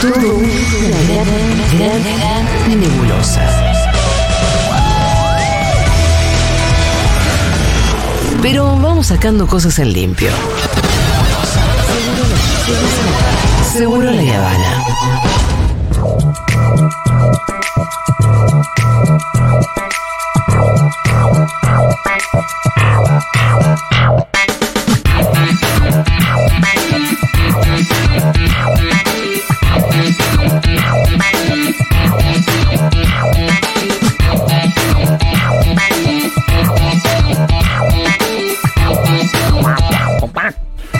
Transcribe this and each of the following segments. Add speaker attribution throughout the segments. Speaker 1: Todo una gran, gran, gran nebulosa. Pero vamos sacando cosas en limpio. Seguro la Habana.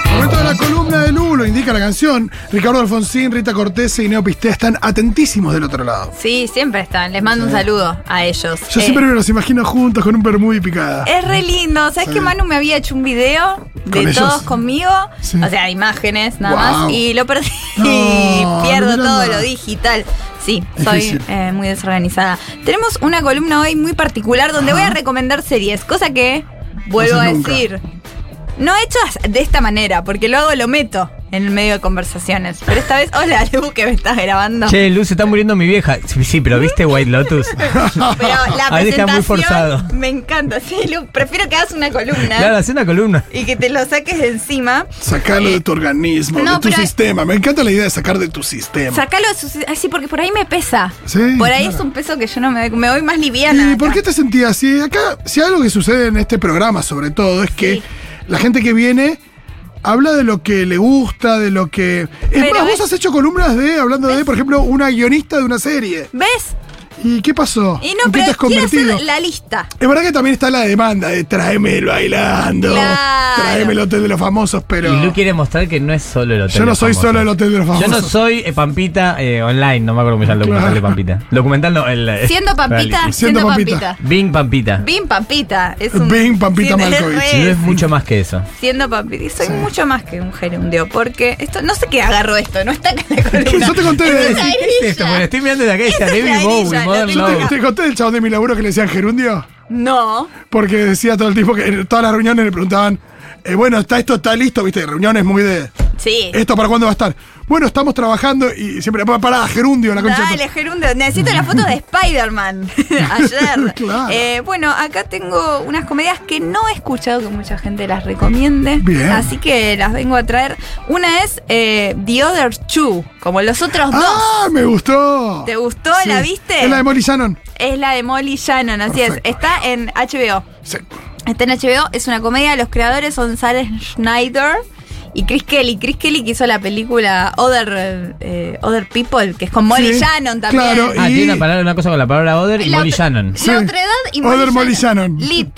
Speaker 2: Momento de la columna de Lulo, indica la canción. Ricardo Alfonsín, Rita Cortés y Neo Pistea están atentísimos del otro lado.
Speaker 3: Sí, siempre están. Les mando un saludo a ellos.
Speaker 2: Yo
Speaker 3: Eh,
Speaker 2: siempre me los imagino juntos con un bermud y picada.
Speaker 3: Es re lindo. ¿Sabes
Speaker 2: Sí.
Speaker 3: que Manu me había hecho un video de
Speaker 2: ¿Con ellos?
Speaker 3: todos conmigo?
Speaker 2: Sí.
Speaker 3: O sea, imágenes nada
Speaker 2: Guau.
Speaker 3: más. Y lo perdí.
Speaker 2: No,
Speaker 3: y pierdo
Speaker 2: mirá
Speaker 3: todo
Speaker 2: nada.
Speaker 3: lo digital. Sí,
Speaker 2: Difícil.
Speaker 3: soy eh, muy desorganizada. Tenemos una columna hoy muy particular donde voy a recomendar series, cosa que vuelvo
Speaker 2: No
Speaker 3: a
Speaker 2: haces nunca.
Speaker 3: decir. No he hecho as- de esta manera, porque luego lo meto en el medio de conversaciones. Pero esta vez, hola, Lu, que me estás grabando.
Speaker 4: Che, Luz, se está muriendo mi vieja. Sí, sí, pero ¿viste White Lotus?
Speaker 3: Pero la
Speaker 4: Ahí está
Speaker 3: presentación
Speaker 4: muy forzado.
Speaker 3: me encanta. Sí, Lu, prefiero que hagas una columna.
Speaker 4: Claro, hace una columna.
Speaker 3: y que te lo saques de encima.
Speaker 2: Sacarlo de tu organismo,
Speaker 3: eh, No,
Speaker 2: de tu
Speaker 3: pero-
Speaker 2: sistema. Me encanta la idea de sacar de tu sistema.
Speaker 3: Sácalo de su. Ay, sí, porque por ahí me pesa.
Speaker 2: Sí,
Speaker 3: por ahí
Speaker 2: claro.
Speaker 3: es un peso que yo no me doy. Me voy más liviana.
Speaker 2: ¿Y por
Speaker 3: acá.
Speaker 2: qué te sentías así? Acá, si algo que sucede en este programa, sobre todo, es que
Speaker 3: Sí.
Speaker 2: la gente que viene habla de lo que le gusta, de lo que. Es
Speaker 3: Pero
Speaker 2: más, vos
Speaker 3: es-
Speaker 2: has hecho columnas de, hablando de, por ejemplo, una guionista de una serie.
Speaker 3: ¿Ves?
Speaker 2: ¿Y qué pasó?
Speaker 3: Y
Speaker 2: ¿En
Speaker 3: no,
Speaker 2: qué te
Speaker 3: pero
Speaker 2: has
Speaker 3: quiero
Speaker 2: convertido?
Speaker 3: hacer la lista.
Speaker 2: Es verdad que también está la demanda de tráemelo bailando,
Speaker 3: Claro.
Speaker 2: tráeme el hotel de los famosos, pero.
Speaker 4: Y Lu quiere mostrar que no es solo el hotel.
Speaker 2: Yo no
Speaker 4: de los
Speaker 2: soy
Speaker 4: famosos.
Speaker 2: solo el hotel de los
Speaker 4: Yo no
Speaker 2: famosos.
Speaker 4: soy eh, Pampita eh, online, no me acuerdo cómo se llama el documental de
Speaker 2: Claro.
Speaker 4: Pampita. Documental no, el. eh,
Speaker 3: Siendo Pampita,
Speaker 4: reality.
Speaker 2: Siendo
Speaker 3: siendo,
Speaker 2: Pampita.
Speaker 3: Pampita.
Speaker 4: Bing Pampita.
Speaker 3: Bing Pampita. Es un,
Speaker 2: Bing Pampita
Speaker 3: es
Speaker 2: Malkovich.
Speaker 3: re-
Speaker 4: Y Lu es mucho más que eso.
Speaker 3: Siendo Pampita. Y soy mucho más que un gerundio. Porque esto. No sé qué agarro esto. No está acá en la columna.
Speaker 2: Yo te conté de-
Speaker 3: Es la
Speaker 4: ¿Qué este es esto? Bueno,
Speaker 3: grilla.
Speaker 4: estoy mirando de acá y dice
Speaker 3: Esa es la
Speaker 4: David Bowie,
Speaker 3: grilla,
Speaker 4: Modern
Speaker 3: la
Speaker 2: ¿Te-
Speaker 4: Love.
Speaker 2: ¿Te conté el chabón de mi laburo que le decían gerundio?
Speaker 3: No.
Speaker 2: Porque decía todo el tiempo que en todas las reuniones le preguntaban, eh, bueno, está esto, está listo, viste, reuniones muy de.
Speaker 3: Sí.
Speaker 2: ¿Esto para cuándo va a estar? Bueno, estamos trabajando y siempre. pa- Pará, gerundio, la concha. de tu-
Speaker 3: Dale, Gerundo, necesito la foto de Spider-Man ayer.
Speaker 2: Claro.
Speaker 3: Eh, bueno, acá tengo unas comedias que no he escuchado que mucha gente las recomiende.
Speaker 2: Bien.
Speaker 3: Así que las vengo a traer. Una es eh, The Other Two, como los otros dos.
Speaker 2: ¡Ah! Me gustó.
Speaker 3: ¿Te gustó? ¿La viste?
Speaker 2: Es la de Molly Shannon.
Speaker 3: Es la de Molly Shannon, así
Speaker 2: Perfecto.
Speaker 3: es. Está en HBO.
Speaker 2: Sí.
Speaker 3: Está en HBO, es una comedia. Los creadores son Sarah Schneider y Chris Kelly. Chris Kelly que hizo la película Other, eh, Other People, que es con Molly
Speaker 2: Sí,
Speaker 3: Shannon también.
Speaker 2: claro,
Speaker 4: Ah,
Speaker 2: Y-
Speaker 4: tiene una, palabra, una cosa con la palabra Other y
Speaker 3: La
Speaker 4: Molly
Speaker 3: otra-
Speaker 4: Shannon.
Speaker 2: Sí.
Speaker 3: La otra edad y
Speaker 2: Other Molly Shannon.
Speaker 3: Lit.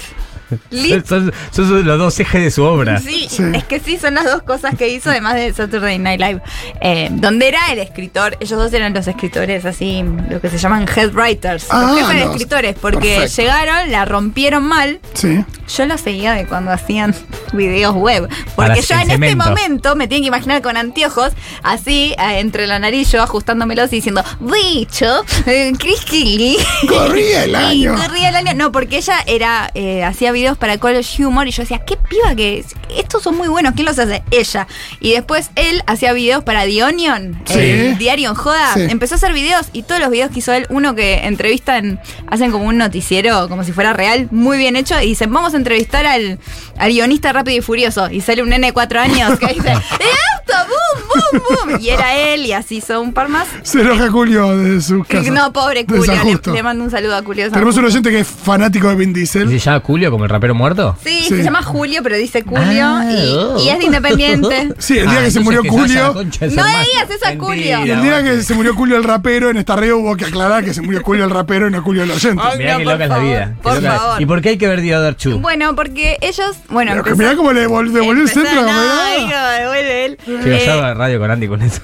Speaker 3: Lit.
Speaker 4: Son, son los dos ejes de su obra.
Speaker 3: Sí,
Speaker 2: Sí.
Speaker 3: es que sí, son las dos cosas que hizo, además de Saturday Night Live, eh, donde era el escritor, ellos dos eran los escritores, así, lo que se llaman head writers,
Speaker 2: Ah,
Speaker 3: los jefes de
Speaker 2: los-
Speaker 3: escritores, porque
Speaker 2: perfecto.
Speaker 3: llegaron, la rompieron mal,
Speaker 2: Sí.
Speaker 3: yo lo seguía de cuando hacían videos web.
Speaker 4: Para
Speaker 3: Porque yo
Speaker 4: el
Speaker 3: en este
Speaker 4: cemento.
Speaker 3: momento me tienen que imaginar con anteojos, así, eh, entre la nariz, yo ajustándomelos y diciendo, bicho, eh, Chris Kelly.
Speaker 2: Corría el año.
Speaker 3: Y corría el año. No, porque ella era eh, hacía videos para College Humor y yo decía, qué piba que es. Estos son muy buenos. ¿Quién los hace? Ella. Y después él hacía videos para The Onion,
Speaker 2: Sí.
Speaker 3: el diario en joda.
Speaker 2: Sí.
Speaker 3: Empezó a hacer videos y todos los videos que hizo él, uno que entrevistan, hacen como un noticiero, como si fuera real, muy bien hecho, y dicen, vamos a entrevistar al, al guionista rápido y furioso. Y sale un nene de cuatro años que dice, ¡El auto! ¡Bum, bum, bum! Y era él, y así hizo un par más.
Speaker 2: Se enoja Julio de su casa.
Speaker 3: No, pobre
Speaker 2: De San
Speaker 3: Julio. Le,
Speaker 2: Justo.
Speaker 3: le mando un saludo a Julio. San
Speaker 2: Tenemos un oyente que es fanático de Vin
Speaker 4: ¿Y se
Speaker 2: Diesel.
Speaker 4: llama Julio como el rapero muerto?
Speaker 3: Sí,
Speaker 2: Sí.
Speaker 3: se llama Julio, pero dice Julio
Speaker 4: Ah,
Speaker 3: y,
Speaker 4: oh.
Speaker 3: y es de independiente.
Speaker 2: Sí, el día
Speaker 4: Ah,
Speaker 2: que se
Speaker 4: entonces
Speaker 2: murió
Speaker 4: se vaya
Speaker 2: Julio.
Speaker 4: la concha de su
Speaker 3: No
Speaker 4: hermana.
Speaker 3: digas eso a Julio.
Speaker 2: Y
Speaker 4: Mentira,
Speaker 2: el día que
Speaker 4: guacho.
Speaker 2: se murió Julio el rapero, en esta radio hubo que aclarar que se murió Julio el rapero y no Julio el oyente.
Speaker 3: Ay,
Speaker 4: Mirá
Speaker 3: no,
Speaker 4: que
Speaker 3: por
Speaker 4: loca es la
Speaker 3: favor,
Speaker 4: vida. qué
Speaker 3: por
Speaker 4: loca es.
Speaker 3: favor.
Speaker 4: ¿Y por qué hay que ver The Other Two?
Speaker 3: Bueno, porque ellos, bueno,
Speaker 2: Pero que
Speaker 3: empezó-
Speaker 2: mirá cómo le devol- devolvió el
Speaker 3: empezó-
Speaker 2: centro.
Speaker 3: no,
Speaker 2: ¿verdad?
Speaker 3: digo, devuelve él.
Speaker 4: Yo
Speaker 3: Eh,
Speaker 4: a radio con Andy con eso.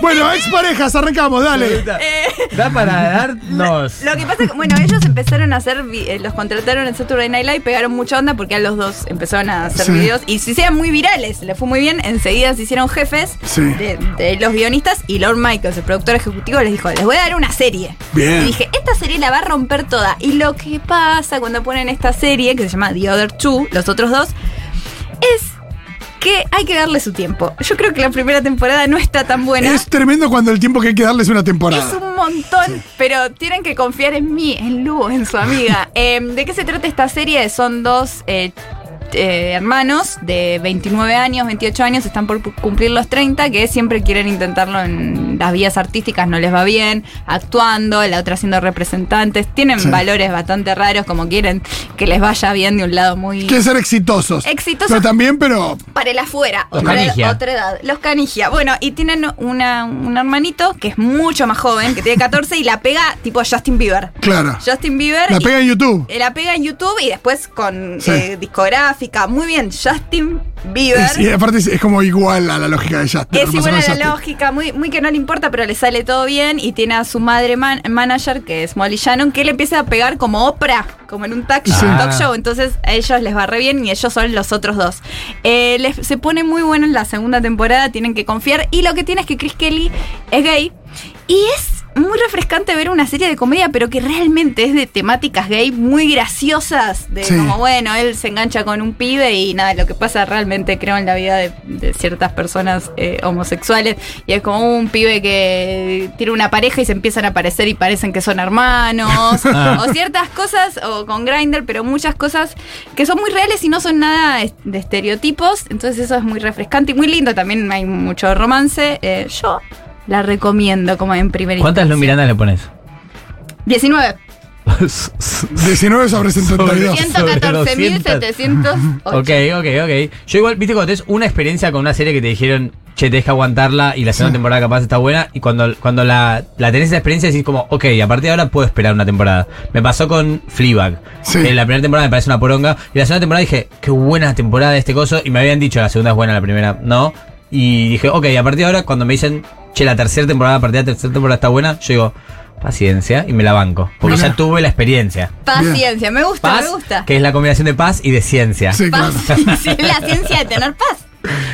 Speaker 2: Bueno, exparejas, arrancamos, dale.
Speaker 4: da para darnos.
Speaker 3: Eh, Lo que pasa es que, bueno, ellos empezaron a hacer, vi- eh, los contrataron en Saturday Night Live, pegaron mucha onda porque a los dos empezaron a hacer
Speaker 2: Sí.
Speaker 3: videos y se hicieron muy virales, le fue muy bien, enseguida se hicieron jefes
Speaker 2: Sí.
Speaker 3: de, de los guionistas y Lord Michaels, el productor ejecutivo, les dijo, les voy a dar una serie.
Speaker 2: Bien.
Speaker 3: Y dije, esta serie la va a romper toda. Y lo que pasa cuando ponen esta serie, que se llama The Other Two, los otros dos, es que hay que darle su tiempo. Yo creo que la primera temporada no está tan buena.
Speaker 2: Es tremendo cuando el tiempo que hay que darles una temporada.
Speaker 3: Es un montón, pero tienen que confiar en mí, en Lu, en su amiga. Eh, ¿De qué se trata esta serie? Son dos eh, eh, hermanos de 29 años, 28 años, están por pu- cumplir los 30, que siempre quieren intentarlo en las vías artísticas, no les va bien, actuando, la otra siendo representantes. Tienen
Speaker 2: Sí.
Speaker 3: valores bastante raros, como quieren que les vaya bien de un lado muy...
Speaker 2: Quieren ser exitosos.
Speaker 3: Exitosos.
Speaker 2: Pero también, pero.
Speaker 3: Para el afuera,
Speaker 4: Los
Speaker 3: para el-
Speaker 4: canigia.
Speaker 3: otra edad. Los canigia. Bueno, y tienen una, un hermanito que es mucho más joven, que tiene 14, y la pega tipo Justin Bieber.
Speaker 2: Claro.
Speaker 3: Justin Bieber.
Speaker 2: La
Speaker 3: y-
Speaker 2: pega en YouTube.
Speaker 3: eh, la pega en YouTube y después con
Speaker 2: Sí.
Speaker 3: eh, discográfica. Muy bien, Justin Bieber.
Speaker 2: Es- y aparte es, es como igual a la lógica de Justin.
Speaker 3: Es
Speaker 2: más o
Speaker 3: igual
Speaker 2: menos
Speaker 3: a
Speaker 2: Justin.
Speaker 3: la lógica, muy, muy que no le importa, pero le sale todo bien. Y tiene a su madre man- manager, que es Molly Shannon, que le empieza a pegar como Oprah, como en un talk,
Speaker 2: Sí.
Speaker 3: un talk
Speaker 4: Ah.
Speaker 3: show. Entonces a ellos les va re bien y ellos son los otros dos. Eh, les- se pone muy bueno en la segunda temporada, tienen que confiar. Y lo que tiene es que Chris Kelly es gay. Y es muy refrescante ver una serie de comedia, pero que realmente es de temáticas gay muy graciosas. De
Speaker 2: Sí.
Speaker 3: como, bueno, él se engancha con un pibe y nada, lo que pasa realmente creo en la vida de, de ciertas personas eh, homosexuales. Y es como un pibe que tiene una pareja y se empiezan a aparecer y parecen que son hermanos.
Speaker 4: Ah.
Speaker 3: o ciertas cosas, o con Grindr, pero muchas cosas que son muy reales y no son nada est- de estereotipos. Entonces eso es muy refrescante y muy lindo. También hay mucho romance. Eh, yo la recomiendo como en primera
Speaker 4: ¿Cuántas
Speaker 3: instancia.
Speaker 4: Miranda le pones?
Speaker 3: 19.
Speaker 2: 19 sobre 72.
Speaker 4: Sobre
Speaker 3: 114.708.
Speaker 4: Ok, ok, ok. Yo igual, viste, cuando tenés una experiencia con una serie que te dijeron, che, te deja aguantarla y la segunda temporada capaz está buena, y cuando, cuando la, la tenés esa experiencia decís como, ok, a partir de ahora puedo esperar una temporada. Me pasó con Fleabag.
Speaker 2: Sí.
Speaker 4: Eh, la primera temporada me parece una poronga, y la segunda temporada dije, qué buena temporada este coso, y me habían dicho, la segunda es buena, la primera no. Y dije, ok, a partir de ahora, cuando me dicen, che, la tercera temporada, a partir de la tercera temporada está buena, yo digo, paciencia, y me la banco, porque
Speaker 2: Mira.
Speaker 4: ya tuve la experiencia.
Speaker 3: Paciencia, me gusta,
Speaker 4: Paz,
Speaker 3: me gusta.
Speaker 4: que es la combinación de paz y de ciencia.
Speaker 2: Sí, claro.
Speaker 3: Paciencia, es la ciencia de tener paz.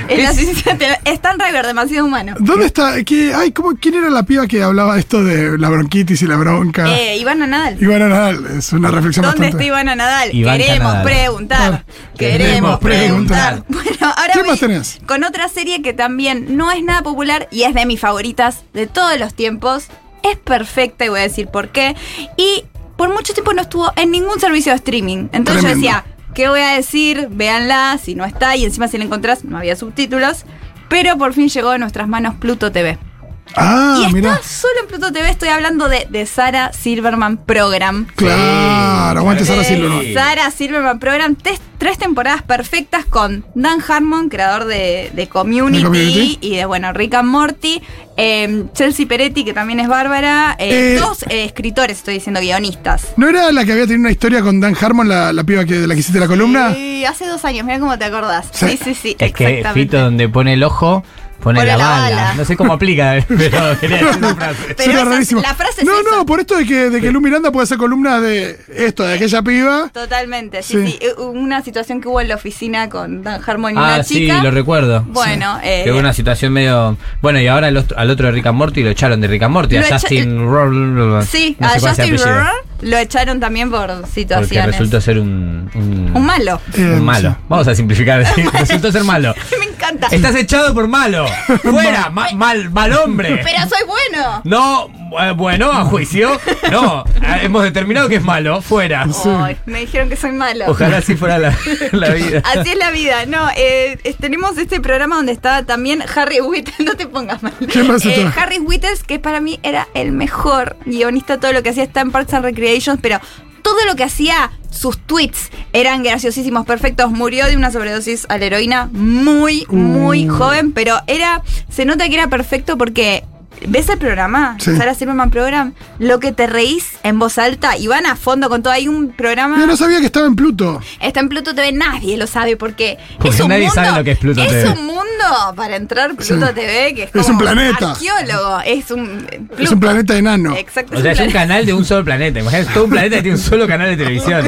Speaker 3: Es la
Speaker 4: Es-
Speaker 3: ciencia de tener- Es tan River, demasiado humano.
Speaker 2: ¿Dónde está? ¿Qué, ay, ¿cómo, ¿Quién era la piba que hablaba esto de la bronquitis y la bronca?
Speaker 3: Eh, Ivana Nadal.
Speaker 2: y bueno, nada, es una reflexión
Speaker 3: ¿Dónde está
Speaker 2: bastante.
Speaker 3: Ivana Nadal?
Speaker 4: Iván
Speaker 3: queremos
Speaker 4: Canadal.
Speaker 3: preguntar.
Speaker 2: Ah,
Speaker 3: Queremos
Speaker 2: queremos
Speaker 3: preguntar.
Speaker 2: preguntar.
Speaker 3: Bueno, ahora
Speaker 2: ¿Qué
Speaker 3: voy
Speaker 2: más tenés?
Speaker 3: con otra serie que también no es nada popular y es de mis favoritas de todos los tiempos. Es perfecta y voy a decir por qué. Y por mucho tiempo no estuvo en ningún servicio de streaming. Entonces
Speaker 2: Tremendo.
Speaker 3: yo decía, ¿qué voy a decir? Véanla, si no está. Y encima si la encontrás, no había subtítulos. Pero por fin llegó a nuestras manos Pluto TV. y
Speaker 2: Ah,
Speaker 3: está
Speaker 2: mirá.
Speaker 3: solo en Pluto TV. Estoy hablando de, de Sara Silverman Program.
Speaker 2: Claro, aguante Sara
Speaker 3: Sí.
Speaker 2: Silverman.
Speaker 3: Eh, Sara Silverman Program, tes- tres temporadas perfectas con Dan Harmon, creador de, de community,
Speaker 2: ¿De Community?
Speaker 3: y de bueno, Rick and Morty, eh, Chelsea Peretti, que también es bárbara, eh,
Speaker 2: Eh,
Speaker 3: dos eh, escritores, estoy diciendo guionistas.
Speaker 2: ¿No era la que había tenido una historia con Dan Harmon, la, la piba que, de la que hiciste la columna?
Speaker 3: Sí, hace dos años, mira cómo te acordás. Sí,
Speaker 2: Sí.
Speaker 3: sí, sí,
Speaker 4: Es que
Speaker 3: exactamente.
Speaker 4: Fito donde pone el ojo, pone la, bala. No sé cómo aplica, pero quería decir una frase.
Speaker 3: Pero
Speaker 2: Suena
Speaker 3: esa-
Speaker 2: rarísimo.
Speaker 3: la frase es
Speaker 2: No,
Speaker 3: esa.
Speaker 2: no, por esto de que, de que Lu Miranda puede hacer columna de esto, de aquella piba.
Speaker 3: Totalmente, sí, sí,
Speaker 2: Sí.
Speaker 3: Eh, Una situación que hubo en la oficina con Dan Harmon y
Speaker 4: Ah,
Speaker 3: una
Speaker 4: sí,
Speaker 3: chica.
Speaker 4: lo recuerdo.
Speaker 3: Bueno, eh,
Speaker 4: Que hubo una situación medio. Bueno, y ahora al otro, al otro de Rick and Morty lo echaron de Rick and Morty,
Speaker 3: Lo
Speaker 4: a
Speaker 3: echa-
Speaker 4: Justin. Ro- Ro- Ro-
Speaker 3: sí,
Speaker 4: no
Speaker 3: a
Speaker 4: sé cuál es el
Speaker 3: Justin
Speaker 4: apellido,
Speaker 3: Roiland lo echaron también por
Speaker 4: Porque
Speaker 3: situaciones.
Speaker 4: resultó ser un. Un,
Speaker 3: Un malo.
Speaker 2: Eh,
Speaker 4: un malo.
Speaker 2: sí.
Speaker 4: Vamos a simplificar. sí. Resultó ser malo.
Speaker 3: Me encanta.
Speaker 4: Estás echado por malo. Fuera, ma- mal, mal hombre.
Speaker 3: Pero soy bueno.
Speaker 4: No, eh, bueno, a juicio, no. eh, Hemos determinado que es malo, fuera.
Speaker 3: Ay, me dijeron que soy malo.
Speaker 4: Ojalá así fuera la, la vida.
Speaker 3: Así es la vida. No, eh, es- tenemos este programa donde estaba también Harry Witters. No te pongas mal.
Speaker 2: ¿Qué más
Speaker 3: Eh,
Speaker 2: está?
Speaker 3: Harry Witters, que para mí era el mejor guionista, todo lo que hacía está en Parks and Recreations, pero todo lo que hacía, sus tweets eran graciosísimos, perfectos. Murió de una sobredosis a la heroína muy,
Speaker 2: Uh.
Speaker 3: muy joven, pero era. Se nota que era perfecto porque. ¿Ves el programa?
Speaker 2: Sí.
Speaker 3: Sara Silverman Program. Lo que te reís en voz alta y van a fondo con todo. Hay un programa.
Speaker 2: Yo no sabía que estaba en Pluto.
Speaker 3: Está en Pluto TV, nadie lo sabe porque,
Speaker 4: Porque
Speaker 3: es un
Speaker 4: nadie
Speaker 3: mundo,
Speaker 4: sabe lo que es Pluto TV.
Speaker 3: un mundo mundo para entrar Pluto
Speaker 2: Sí.
Speaker 3: TV, que es
Speaker 2: Es
Speaker 3: como
Speaker 2: un planeta.
Speaker 3: Arqueólogo, es un. Pluto.
Speaker 2: Es un planeta enano.
Speaker 3: Exacto.
Speaker 4: O sea, es un
Speaker 3: planeta.
Speaker 4: canal de un solo planeta. Imagínate, todo un planeta que tiene un solo canal de televisión.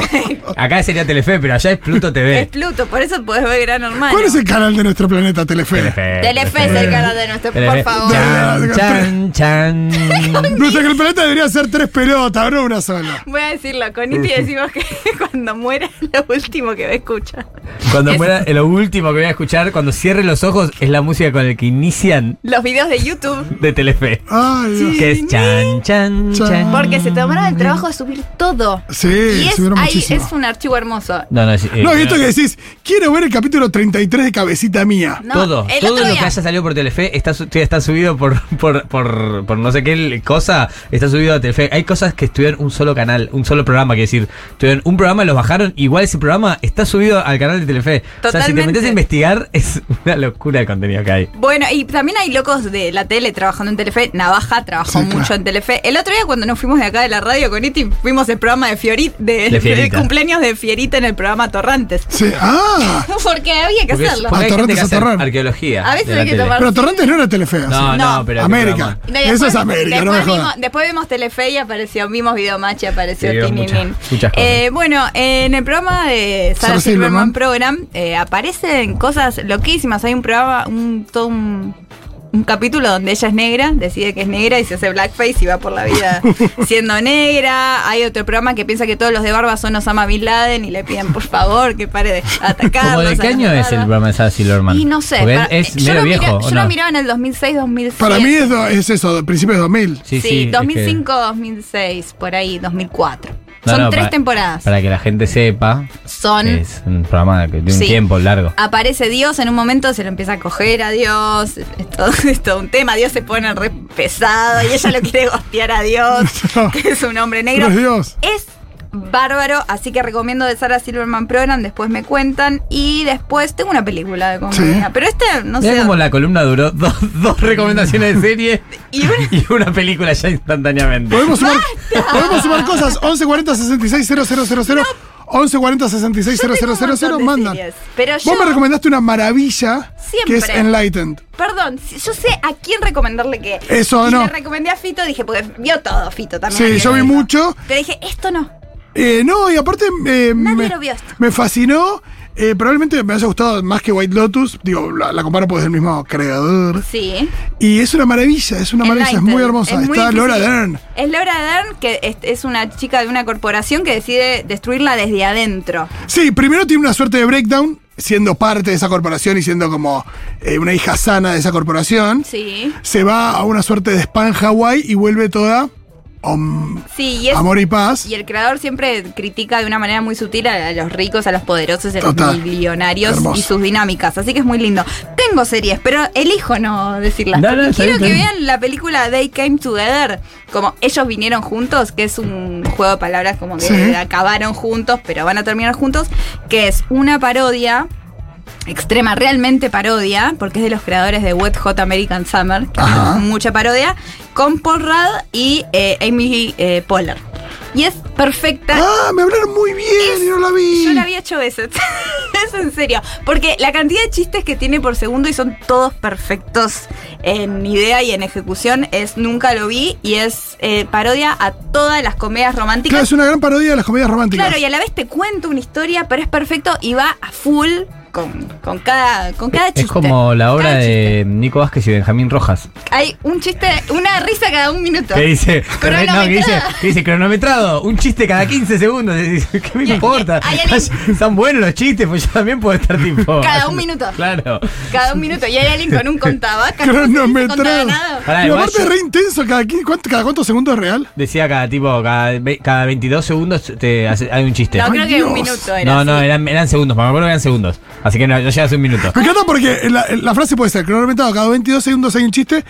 Speaker 4: Acá sería Telefe, pero allá es Pluto
Speaker 3: Es
Speaker 4: TV.
Speaker 3: Pluto, por eso podés ver Gran Hermano.
Speaker 2: ¿Cuál es el canal de nuestro planeta, Telefe?
Speaker 4: Telefe.
Speaker 3: Telefe es el canal de nuestro, por
Speaker 4: Telefe.
Speaker 3: favor.
Speaker 4: Chan, chan, chan.
Speaker 2: Nuestro que el planeta debería ser tres pelotas, no una sola.
Speaker 3: Voy a decirlo, con Iti decimos que cuando muera es lo último que me escucha.
Speaker 4: Cuando fuera, lo último que voy a escuchar, cuando cierre los ojos, es la música con la que inician
Speaker 3: Los videos de YouTube.
Speaker 4: de Telefe.
Speaker 2: Ay, Dios.
Speaker 4: Que es chan, chan,
Speaker 2: Chan.
Speaker 4: chan.
Speaker 3: Porque se tomaron el trabajo de subir todo.
Speaker 2: Sí,
Speaker 3: y es,
Speaker 2: subieron
Speaker 3: ahí-
Speaker 2: muchísimo.
Speaker 3: es un archivo hermoso.
Speaker 4: No, no, es- eh,
Speaker 2: No, y esto que decís, quiero ver el capítulo 33 de Cabecita Mía.
Speaker 3: No,
Speaker 4: todo,
Speaker 3: el
Speaker 4: todo
Speaker 3: otro
Speaker 4: lo que
Speaker 3: día-
Speaker 4: haya salido por Telefe está, su- está subido por, por, por, por no sé qué cosa, está subido a Telefe. Hay cosas que estuvieron un solo canal, un solo programa, quiero decir, tuvieron un programa, los bajaron, igual ese programa está subido al canal de Telefe. O sea, si te
Speaker 3: Totalmente.
Speaker 4: metes a investigar, es una locura el contenido que hay.
Speaker 3: Bueno, y también hay locos de la tele trabajando en Telefe. Navaja trabajó
Speaker 2: Sí,
Speaker 3: mucho
Speaker 2: claro.
Speaker 3: en Telefe. El otro día cuando nos fuimos de acá de la radio con Iti, fuimos el programa de Fiorit, de,
Speaker 4: De Fierita.
Speaker 3: del cumpleaños de Fierita en el programa Torrantes.
Speaker 2: Sí, ah,
Speaker 3: Porque había que
Speaker 4: Porque, es-
Speaker 3: hacerlo.
Speaker 4: porque hay gente
Speaker 2: Atorrantes,
Speaker 4: que hace
Speaker 2: atorrantes.
Speaker 4: arqueología.
Speaker 3: A veces
Speaker 4: de la
Speaker 3: hay que
Speaker 4: tele.
Speaker 3: tomar-
Speaker 2: pero Torrantes no era Telefe. así.
Speaker 4: No, no,
Speaker 3: No.
Speaker 4: pero. el
Speaker 2: América.
Speaker 4: programa.
Speaker 3: Y después-
Speaker 2: Eso es América, no me
Speaker 3: después,
Speaker 2: jodas.
Speaker 3: vimos, después vimos Telefe y apareció, vimos Videomatch y apareció
Speaker 4: Sí, vimos
Speaker 3: Tininin.
Speaker 4: muchas- muchas cosas.
Speaker 3: Eh, bueno, en el programa de Sarah
Speaker 2: Sarah Silverman.
Speaker 3: Silverman Program eh, aparecen cosas loquísimas. Hay un programa, un, todo un, un capítulo donde ella es negra, decide que es negra y se hace blackface y va por la vida siendo negra. Hay otro programa que piensa que todos los de barba son Osama Bin Laden y le piden por favor que pare de atacarlos.
Speaker 4: ¿Cómo de qué
Speaker 3: a los
Speaker 4: año es el
Speaker 3: barba.
Speaker 4: programa de Sarah Silverman?
Speaker 3: Y no sé,
Speaker 4: Porque
Speaker 3: para-
Speaker 4: es
Speaker 3: yo,
Speaker 4: medio
Speaker 3: lo miré-
Speaker 4: viejo. ¿o
Speaker 3: yo
Speaker 4: no?
Speaker 3: lo miraba en el 2006, 2007.
Speaker 2: Para mí es, do- es eso, principios de 2000.
Speaker 4: Sí,
Speaker 3: Sí,
Speaker 4: sí. es que-
Speaker 3: 2005, 2006, por ahí, 2004.
Speaker 4: No,
Speaker 3: Son
Speaker 4: no,
Speaker 3: tres
Speaker 4: para-
Speaker 3: temporadas.
Speaker 4: Para que la gente sepa,
Speaker 3: Son.
Speaker 4: es un programa que de un
Speaker 3: Sí.
Speaker 4: tiempo largo.
Speaker 3: Aparece Dios, en un momento se lo empieza a coger a Dios. Es todo, es todo un tema. Dios se pone re pesado y ella lo quiere gostear a Dios, que es un hombre negro.
Speaker 2: Por Dios.
Speaker 3: Es bárbaro, así que recomiendo de Sarah Silverman Program. Después me cuentan. Y después tengo una película de comedia.
Speaker 2: Sí.
Speaker 3: Pero este, no
Speaker 4: Mira
Speaker 3: sé.
Speaker 4: cómo la columna duró dos, dos recomendaciones de serie
Speaker 3: Y una-
Speaker 4: y una película ya instantáneamente.
Speaker 2: Podemos sumar, podemos sumar cosas. 1140 66 000. 1140 66
Speaker 3: Yo tengo un
Speaker 2: 000.
Speaker 3: montón de
Speaker 2: Manda.
Speaker 3: series, pero
Speaker 2: Vos
Speaker 3: yo-
Speaker 2: me recomendaste una maravilla que es
Speaker 3: Siempre.
Speaker 2: Enlightened.
Speaker 3: Perdón, si- yo sé a quién recomendarle qué.
Speaker 2: Eso
Speaker 3: Y
Speaker 2: no.
Speaker 3: Le recomendé a Fito, dije, porque vio todo Fito también.
Speaker 2: Sí,
Speaker 3: Así
Speaker 2: yo
Speaker 3: que
Speaker 2: vi
Speaker 3: digo.
Speaker 2: mucho.
Speaker 3: Pero dije, esto no.
Speaker 2: Eh, no, y aparte eh,
Speaker 3: Nadie
Speaker 2: me,
Speaker 3: lo vio esto.
Speaker 2: me fascinó. Eh, probablemente me haya gustado más que White Lotus. Digo, la, la comparo porque es el mismo creador.
Speaker 3: Sí.
Speaker 2: Y es una maravilla, es una maravilla, es
Speaker 3: Enlightened.
Speaker 2: muy hermosa.
Speaker 3: Es muy
Speaker 2: Está
Speaker 3: difícil.
Speaker 2: Laura Dern.
Speaker 3: Es Laura Dern, que es, es una chica de una corporación que decide destruirla desde adentro.
Speaker 2: Sí, primero tiene una suerte de breakdown, siendo parte de esa corporación y siendo como eh, una hija sana de esa corporación.
Speaker 3: Sí.
Speaker 2: Se va a una suerte de spa en Hawái y vuelve toda om,
Speaker 3: Sí, y es.
Speaker 2: amor y paz.
Speaker 3: y el creador siempre critica de una manera muy sutil a, a los ricos, a los poderosos, a los
Speaker 2: Total.
Speaker 3: millonarios
Speaker 2: Hermoso.
Speaker 3: y sus dinámicas. Así que es muy lindo. Tengo series, pero elijo no decirlas.
Speaker 4: No, no, está bien,
Speaker 3: Quiero
Speaker 4: está
Speaker 3: que
Speaker 4: bien.
Speaker 3: vean la película They Came Together, como ellos vinieron juntos, que es un juego de palabras como que
Speaker 2: Sí.
Speaker 3: acabaron juntos, pero van a terminar juntos, que es una parodia. Extrema, realmente parodia, porque es de los creadores de Wet Hot American Summer, que
Speaker 2: Ajá.
Speaker 3: es mucha parodia, con Paul Rudd y eh, Amy eh, Poehler. Y es perfecta.
Speaker 2: Ah, me hablaron muy bien y no la vi.
Speaker 3: Yo la había hecho veces. es en serio. Porque la cantidad de chistes que tiene por segundo y son todos perfectos en idea y en ejecución es Nunca lo vi y es eh, parodia a todas las comedias
Speaker 2: Claro,
Speaker 3: románticas.
Speaker 2: es una gran parodia de las comedias románticas.
Speaker 3: Claro, y a la vez te cuento una historia, pero es perfecto y va a full con, con cada, con cada chiste.
Speaker 4: Es como la obra
Speaker 3: Cada chiste.
Speaker 4: de Nico Vázquez y Benjamín Rojas.
Speaker 3: Hay un chiste, una risa cada un minuto.
Speaker 4: Que dice,
Speaker 3: Cronometrado.
Speaker 4: no, que dice, que dice cronometrado, un chiste cada 15 segundos. Y dice, ¿Qué me
Speaker 3: Ya,
Speaker 4: importa?
Speaker 3: hay alguien-
Speaker 4: Están buenos los chistes, pues yo también puedo estar tipo.
Speaker 3: Cada un minuto.
Speaker 4: Claro.
Speaker 3: Cada un minuto. Y hay alguien con un contabacas. no se contaba
Speaker 2: Cronometrado.
Speaker 3: nada.
Speaker 4: Pará,
Speaker 2: Pero
Speaker 4: igual
Speaker 2: aparte
Speaker 4: yo-
Speaker 2: es re intenso, cada, qui- ¿cuánto- cada cuántos segundos es real.
Speaker 4: Decía cada tipo, cada, ve- cada 22 segundos te hace- hay un chiste.
Speaker 3: No,
Speaker 2: Ay,
Speaker 3: creo que un
Speaker 2: Dios.
Speaker 3: minuto era.
Speaker 4: No,
Speaker 3: así.
Speaker 4: no, eran, eran segundos, me acuerdo que eran segundos. Así que no, no llegas a un minuto.
Speaker 2: Me encanta porque la, la frase puede ser cronometrado, cada 22 segundos hay un chiste,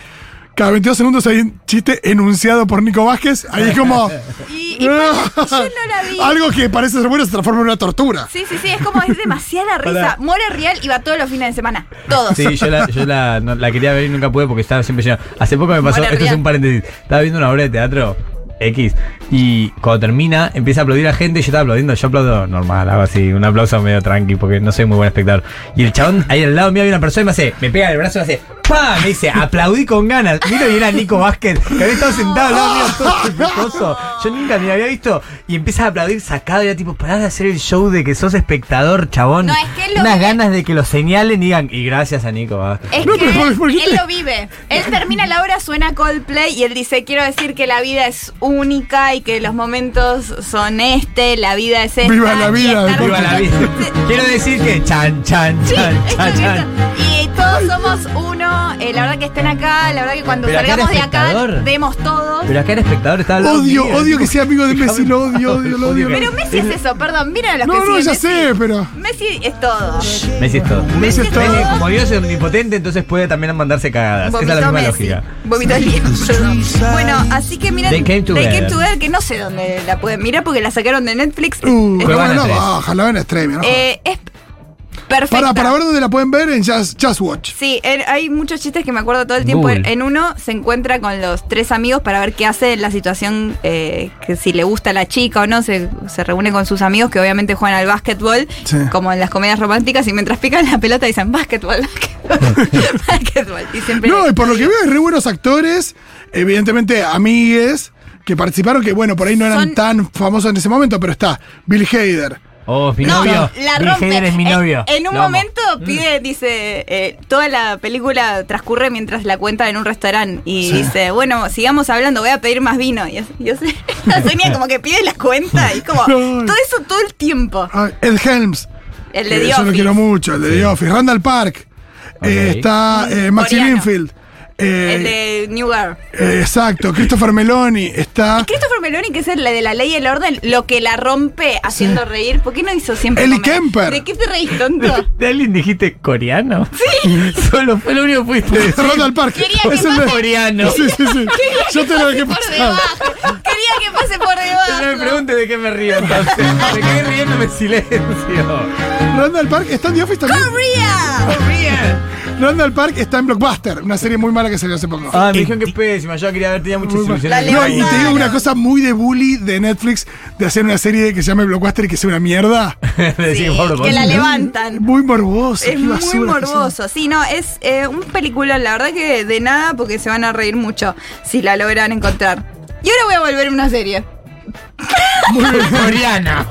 Speaker 2: cada 22 segundos hay un chiste enunciado por Nico Vázquez. Ahí es como... Ah.
Speaker 3: Y, y para- yo no la vi.
Speaker 2: Algo que parece ser bueno se transforma en una tortura.
Speaker 3: Sí, sí, sí, es como es demasiada risa.
Speaker 4: Pará.
Speaker 3: More Real iba todos los fines de semana. Todos.
Speaker 4: Sí, yo la, yo la, no, la quería ver y nunca pude porque estaba siempre lleno. Hace poco me pasó,
Speaker 3: Buena
Speaker 4: esto es
Speaker 3: ría.
Speaker 4: un paréntesis, estaba viendo una obra de teatro X. Y cuando termina, empieza a aplaudir a gente. Y yo estaba aplaudiendo, yo aplaudo normal, hago así, un aplauso medio tranqui, porque no soy muy buen espectador. Y el chabón, ahí al lado mío había una persona y me hace, me pega el brazo y me hace, ¡pa! Me dice, aplaudí con ganas. Miro y era Nico Vázquez, que había estado sentado al lado mío, todo respetuoso. Yo nunca ni lo había visto. Y empieza a aplaudir sacado. Y era tipo, pará de hacer el show de que sos espectador, chabón.
Speaker 3: No, es que él lo
Speaker 4: Unas
Speaker 3: vive.
Speaker 4: ganas de que lo señalen y digan, y gracias a Nico Vázquez.
Speaker 3: Es
Speaker 2: No,
Speaker 3: que
Speaker 2: pero ¿por- por qué
Speaker 3: él
Speaker 2: te-
Speaker 3: lo vive. Él termina la obra, suena Coldplay y él dice, quiero decir que la vida es única y que los momentos son este, la vida es esta.
Speaker 2: Viva la
Speaker 3: y
Speaker 2: vida,
Speaker 3: estar-
Speaker 4: Viva la vida. Quiero decir que chan, chan,
Speaker 3: Sí,
Speaker 4: chan,
Speaker 3: esto
Speaker 4: chan,
Speaker 3: que
Speaker 4: chan.
Speaker 3: esto- Y todos somos uno. eh, la verdad que estén acá, la verdad que cuando
Speaker 4: Pero acá
Speaker 3: salgamos
Speaker 4: era
Speaker 3: de acá,
Speaker 4: espectador.
Speaker 3: demos todos.
Speaker 4: Pero acá el espectador está al lado
Speaker 2: Odio,
Speaker 4: mío,
Speaker 2: odio
Speaker 4: tipo,
Speaker 2: que sea amigo de Messi, lo odio, odio, lo
Speaker 4: Odio
Speaker 2: odio.
Speaker 4: que-
Speaker 3: Pero Messi es eso, perdón, miren a los
Speaker 2: No,
Speaker 3: que
Speaker 2: no,
Speaker 3: siguen
Speaker 2: ya
Speaker 3: Messi.
Speaker 2: sé, pero.
Speaker 3: Messi es todo.
Speaker 4: Messi es todo.
Speaker 2: Messi es todo.
Speaker 4: Messi, como Dios es omnipotente, entonces puede también mandarse cagadas. Esa es la misma
Speaker 3: Messi.
Speaker 4: lógica.
Speaker 3: Vomitó el libro, perdón. Bueno, así que miren.
Speaker 4: They Came Together.
Speaker 3: Together, que no sé dónde la pueden mirar porque la sacaron de Netflix.
Speaker 2: Uh,
Speaker 3: Es-
Speaker 2: la
Speaker 4: Cuevana
Speaker 2: van a
Speaker 4: tres.
Speaker 2: baja, la van a streaming, ¿no?
Speaker 3: eh, es perfecta.
Speaker 2: Para, para ver dónde la pueden ver en Just, Just Watch.
Speaker 3: Sí, en- hay muchos chistes que me acuerdo todo el tiempo. En,
Speaker 4: Google.
Speaker 3: en uno se encuentra con los tres amigos para ver qué hace en la situación, eh, que si le gusta a la chica o no, se, se reúne con sus amigos que obviamente juegan al básquetbol,
Speaker 2: Sí.
Speaker 3: como en las comedias románticas, y mientras pican la pelota dicen básquetbol, básquetbol, básquetbol. Y siempre...
Speaker 2: No, y por lo que veo, es re buenos actores, evidentemente amigues, que participaron, que bueno, por ahí no eran
Speaker 3: Son-
Speaker 2: tan famosos en ese momento, pero está Bill Hader.
Speaker 4: Oh, es mi
Speaker 3: No,
Speaker 4: novio.
Speaker 3: la
Speaker 4: Bill
Speaker 3: rompe.
Speaker 4: Hader es mi
Speaker 3: En-
Speaker 4: novio.
Speaker 3: En, un
Speaker 4: Lo amo.
Speaker 3: momento
Speaker 2: Mm.
Speaker 3: pide, dice, eh, toda la película transcurre mientras la cuenta en un restaurante y dice, bueno, sigamos hablando, voy a pedir más vino. Y yo tenía como que pide la cuenta y como
Speaker 2: No.
Speaker 3: todo eso todo el tiempo.
Speaker 2: Ah, Ed Helms.
Speaker 3: El de
Speaker 2: que
Speaker 3: Dios.
Speaker 2: Yo lo quiero mucho, el de The Office. Randall Park. Eh,
Speaker 4: Ok.
Speaker 2: está eh, Maxi
Speaker 3: Coreano.
Speaker 2: Linfield. Eh,
Speaker 3: El de New Girl.
Speaker 2: eh, exacto, Christopher Meloni. Está
Speaker 3: Christopher Meloni, que es el de la ley y el orden, lo que la rompe haciendo reír. ¿Por qué no hizo siempre?
Speaker 2: Eli
Speaker 3: comedia?
Speaker 2: Kemper.
Speaker 3: ¿De qué te reís, tonto?
Speaker 4: ¿De alguien dijiste coreano? Sí. Solo fue lo único que fuiste. decir.
Speaker 2: eh, Randall Park.
Speaker 3: Quería que
Speaker 2: Es el de-
Speaker 4: Coreano.
Speaker 2: Sí, sí, sí. Yo te lo dejé
Speaker 3: Por
Speaker 2: pasar.
Speaker 3: debajo. Quería que pase
Speaker 4: No
Speaker 3: por
Speaker 4: me
Speaker 3: debajo.
Speaker 4: preguntes de qué me río entonces. Me quedé riéndome en silencio.
Speaker 2: Randall Park está en The Office también.
Speaker 3: Corría.
Speaker 2: Randall Park está en Blockbuster, una serie muy mala que salió hace poco.
Speaker 4: Ah, me dijeron que es pésima. Yo quería ver, tenía muchas
Speaker 2: Muy
Speaker 4: ilusiones.
Speaker 2: mal.
Speaker 3: La
Speaker 2: No, y te digo
Speaker 3: levantaron.
Speaker 2: una cosa muy de bully de Netflix de hacer una serie que se llame Blockbuster y que sea una mierda.
Speaker 4: Me decían,
Speaker 3: Sí,
Speaker 4: Pablo,
Speaker 3: que la
Speaker 4: ¿vos-
Speaker 3: levantan.
Speaker 2: Muy morboso. qué
Speaker 3: Es muy
Speaker 2: basura que son.
Speaker 3: morboso. Sí, no, es eh, un película, la verdad que de nada, porque se van a reír mucho si la logran encontrar. Y ahora voy a volver a una serie.
Speaker 4: Coreana.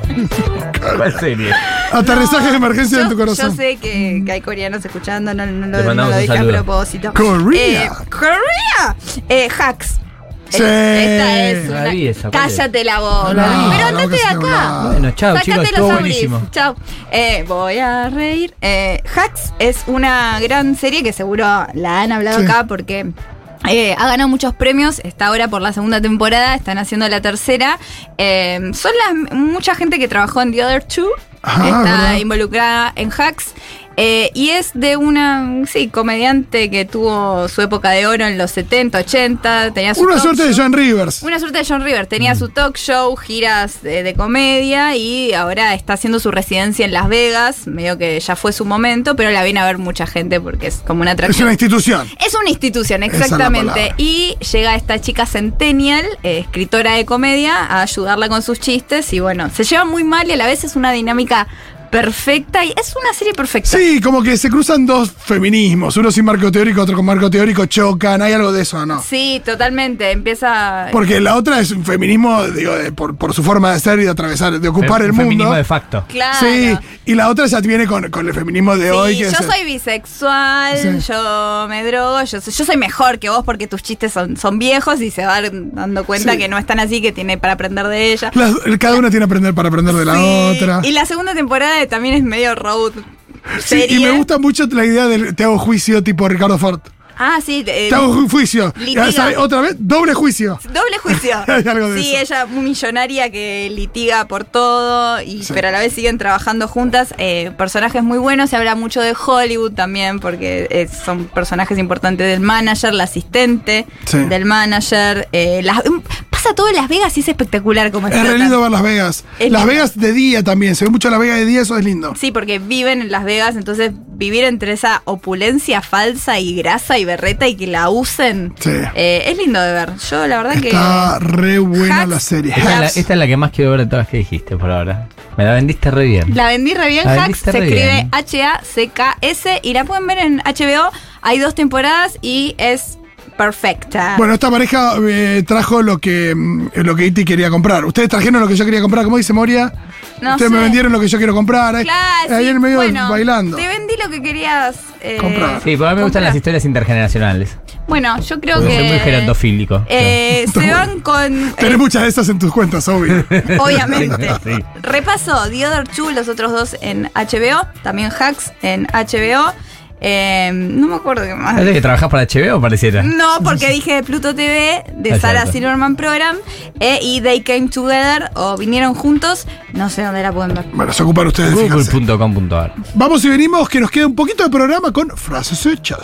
Speaker 4: ¿Cuál serie?
Speaker 2: Aterrizaje de emergencia
Speaker 3: Yo,
Speaker 2: en tu corazón.
Speaker 3: yo sé que, que hay coreanos escuchando, no, no,
Speaker 4: Te
Speaker 3: lo, no
Speaker 4: mandamos
Speaker 3: lo
Speaker 4: un
Speaker 3: dije a
Speaker 4: saludo.
Speaker 3: propósito.
Speaker 2: Corea.
Speaker 3: Eh, Corea. Eh, hacks.
Speaker 2: Sí.
Speaker 3: Esta es
Speaker 4: La
Speaker 3: una-
Speaker 4: vi esa, ¿cuál es?
Speaker 3: Cállate la boca.
Speaker 2: No, la vi.
Speaker 3: Pero
Speaker 2: La
Speaker 3: andate
Speaker 2: boca
Speaker 3: de
Speaker 2: es un
Speaker 3: acá.
Speaker 2: volado.
Speaker 4: Bueno, chao, chicos,
Speaker 3: Sácate
Speaker 4: estuvo
Speaker 3: los
Speaker 4: buenísimo.
Speaker 3: auris. Chao. Eh, voy a reír. Eh, Hacks es una gran serie que seguro la han hablado
Speaker 2: Sí.
Speaker 3: acá porque. eh, ha ganado muchos premios, está ahora por la segunda temporada, están haciendo la tercera. Eh, son las mucha gente que trabajó en The Other Two,
Speaker 2: Ah,
Speaker 3: está
Speaker 2: ¿verdad?
Speaker 3: involucrada en Hacks. eh, y es de una, sí, comediante que tuvo su época de oro en los 70, 80, tenía su
Speaker 2: Una
Speaker 3: talk
Speaker 2: suerte de
Speaker 3: show.
Speaker 2: John Rivers.
Speaker 3: Una suerte de John River.
Speaker 2: Mm.
Speaker 3: Tenía su talk show, giras de, de comedia y ahora está haciendo su residencia en Las Vegas. Medio que ya fue su momento, pero la viene a ver mucha gente porque es como una
Speaker 2: Es una
Speaker 3: atracción.
Speaker 2: institución.
Speaker 3: Es una institución,
Speaker 2: Esa es la
Speaker 3: exactamente.
Speaker 2: palabra.
Speaker 3: Y llega esta chica Centennial, eh, escritora de comedia, a ayudarla con sus chistes. Y bueno, se llevan muy mal y a la vez es una dinámica perfecta. Y es una serie perfecta.
Speaker 2: Sí, como que se cruzan dos feminismos, uno sin marco teórico, otro con marco teórico, chocan, hay algo de eso, ¿no?
Speaker 3: Sí, totalmente. Empieza.
Speaker 2: Porque la otra es un feminismo, digo, de- por, por su forma de ser y de atravesar, de ocupar
Speaker 4: Fe-
Speaker 2: el
Speaker 4: un Feminismo
Speaker 2: mundo.
Speaker 4: de facto.
Speaker 3: Claro.
Speaker 2: Sí, y la otra ya viene con, con el feminismo de
Speaker 3: Sí,
Speaker 2: hoy. que
Speaker 3: yo
Speaker 2: es el-
Speaker 3: soy bisexual,
Speaker 2: Sí.
Speaker 3: yo me drogo, yo soy, yo soy mejor que vos porque tus chistes son, son viejos y se va dando cuenta
Speaker 2: Sí.
Speaker 3: que no están así, que tiene para aprender de ella.
Speaker 2: Las- cada una tiene que aprender para aprender de la
Speaker 3: Sí,
Speaker 2: otra.
Speaker 3: Y la segunda temporada también es medio road.
Speaker 2: Sí, y
Speaker 3: serie.
Speaker 2: me gusta mucho la idea del te hago juicio tipo Ricardo Ford.
Speaker 3: Ah, sí. eh,
Speaker 2: Te hago ju- juicio. Y
Speaker 3: litiga.
Speaker 2: ahora sale Otra vez, doble juicio.
Speaker 3: Doble juicio.
Speaker 2: Hay algo de
Speaker 3: sí,
Speaker 2: eso.
Speaker 3: ella muy millonaria que litiga por todo, y,
Speaker 2: Sí.
Speaker 3: pero a la vez siguen trabajando juntas. eh, personajes muy buenos, se habla mucho de Hollywood también, porque eh, son personajes importantes del manager, la asistente
Speaker 2: Sí.
Speaker 3: del manager. eh, las- mm, pasa pasa todo en Las Vegas y es espectacular como
Speaker 2: Es re
Speaker 3: explotan.
Speaker 2: lindo ver Las Vegas.
Speaker 3: Es
Speaker 2: Las
Speaker 3: lindo.
Speaker 2: Vegas de día también. Se ve mucho Las Vegas de día, eso es lindo.
Speaker 3: Sí, porque viven en Las Vegas, entonces vivir entre esa opulencia falsa y grasa y berreta y que la usen
Speaker 2: Sí.
Speaker 3: eh, es lindo de ver. Yo la verdad
Speaker 2: Está re buena
Speaker 3: Hacks.
Speaker 2: la serie.
Speaker 4: Esta es, la, esta es la que más quiero ver de todas que dijiste por ahora. Me la vendiste re bien.
Speaker 3: que la vendí re bien.
Speaker 4: La
Speaker 3: Hacks
Speaker 4: vendiste
Speaker 3: se
Speaker 4: re
Speaker 3: escribe
Speaker 4: bien.
Speaker 3: H-A-C-K-S y la pueden ver en HBO. Hay dos temporadas y es perfecta.
Speaker 2: Bueno, esta pareja eh, trajo lo que mm, lo que Iti quería comprar. Ustedes trajeron lo que yo quería comprar, como dice Moria.
Speaker 3: No
Speaker 2: Ustedes me
Speaker 3: sé.
Speaker 2: vendieron lo que yo quiero comprar. Ahí-
Speaker 3: Claro,
Speaker 2: ahí
Speaker 3: sí,
Speaker 2: en el medio
Speaker 3: bueno,
Speaker 2: bailando.
Speaker 3: Te vendí lo que querías eh,
Speaker 2: Comprar.
Speaker 4: Sí, porque a mí me gustan
Speaker 3: comprar.
Speaker 4: las historias intergeneracionales.
Speaker 3: Bueno, yo creo
Speaker 4: Porque
Speaker 3: que.
Speaker 4: soy muy gerontofílico.
Speaker 3: eh, se van con.
Speaker 2: Tenés muchas de esas en tus cuentas, obvio.
Speaker 3: Obviamente.
Speaker 4: Sí.
Speaker 3: Repaso, The Other Two, los otros dos en HBO, también Hacks en HBO. eh, no me acuerdo qué más.
Speaker 4: ¿Sabes que trabajás para HBO pareciera?
Speaker 3: No, porque dije de Pluto TV, de
Speaker 4: Exacto.
Speaker 3: Sarah Silverman Program, eh, y They Came Together, o vinieron juntos, no sé dónde la pueden ver.
Speaker 2: bueno, se ocupan ustedes de fijarse.
Speaker 4: Google.com.ar
Speaker 2: Vamos y venimos, que nos queda un poquito de programa con frases hechas.